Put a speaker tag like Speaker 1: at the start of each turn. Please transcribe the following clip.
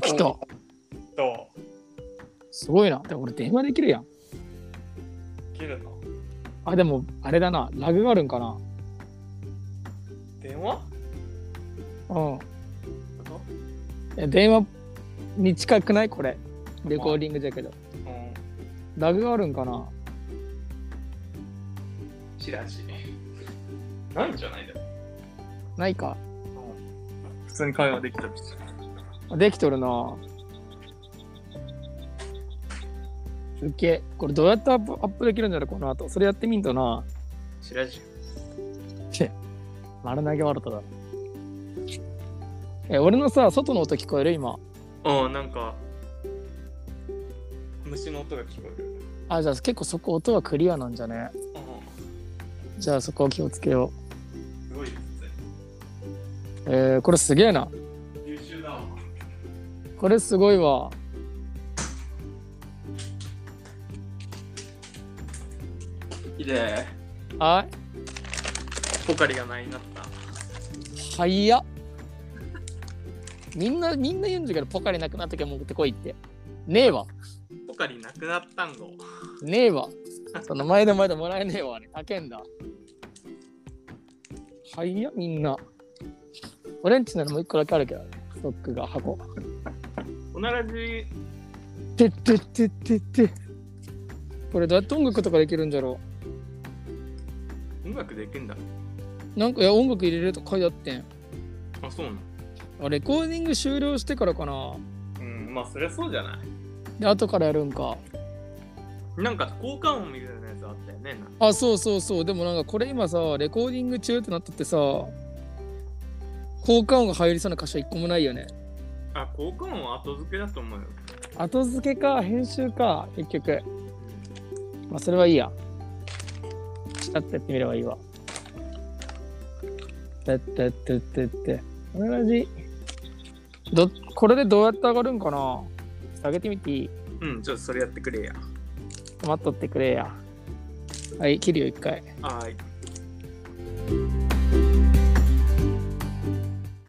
Speaker 1: きっと。
Speaker 2: と
Speaker 1: すごいな。でも俺電話できるやん。
Speaker 2: 切るの
Speaker 1: あ、でもあれだな。ラグがあるんかな。
Speaker 2: 電話
Speaker 1: うん。
Speaker 2: こと
Speaker 1: え電話に近くないこれ。レコーディングじゃけど。
Speaker 2: うん
Speaker 1: ラグがあるんかな。
Speaker 2: 知らんしないんじゃないでも
Speaker 1: ないか。
Speaker 2: 普通に会話できたりして
Speaker 1: あできとるな。すっげえ。これどうやってアップアップできるんだろうこの後。それやってみんとな。
Speaker 2: 知らんし
Speaker 1: 丸投げワルトだ。え、俺のさ、外の音聞こえる今。
Speaker 2: うんなんか虫の音が聞こえる
Speaker 1: あ、じゃあ結構そこ音はクリアなんじゃね。
Speaker 2: う
Speaker 1: じゃあそこを気をつけよ
Speaker 2: んすごいですね
Speaker 1: う。えー、これすげえな。
Speaker 2: 優秀だわ
Speaker 1: これすごいわ。
Speaker 2: いいで
Speaker 1: は
Speaker 2: ポカリがないなった
Speaker 1: い。はいや。みんな、みんな言うんだけど、ポカリなくなったけど持ってこいって。ねえわ。
Speaker 2: ポカリなくなったんご
Speaker 1: ねえわ。その前の前でもらえねえわ。あれ、あけんだ。はいや、みんな。俺んちならもう一個だけあるけど、ストックが箱。
Speaker 2: おならじ
Speaker 1: てってってってって。これどうやって音楽とかできるんじゃろ
Speaker 2: 音楽できんだ
Speaker 1: うなんかいや音楽入れると書いてあってん。
Speaker 2: あそうなの
Speaker 1: あレコーディング終了してからかな。
Speaker 2: うんまあそりゃそうじゃない
Speaker 1: で、後からやるんか。
Speaker 2: なんか効果音みたいなやつあったよねなんか
Speaker 1: あ、そうそうそう。でもなんかこれ今さ、レコーディング中ってなったってさ、効果音が入りそうな箇所一個もないよね。
Speaker 2: あ効果音は後付けだと思うよ
Speaker 1: 後付けか、編集か、結局。まあ、それはいいや。ちらっとやってみればいいわ。だってってってって。同じ。ど、これでどうやって上がるんかな下げてみていい
Speaker 2: うん、うん、ちょっとそれやってくれや
Speaker 1: 待っとってくれや。はい、切るよ、一回。
Speaker 2: はい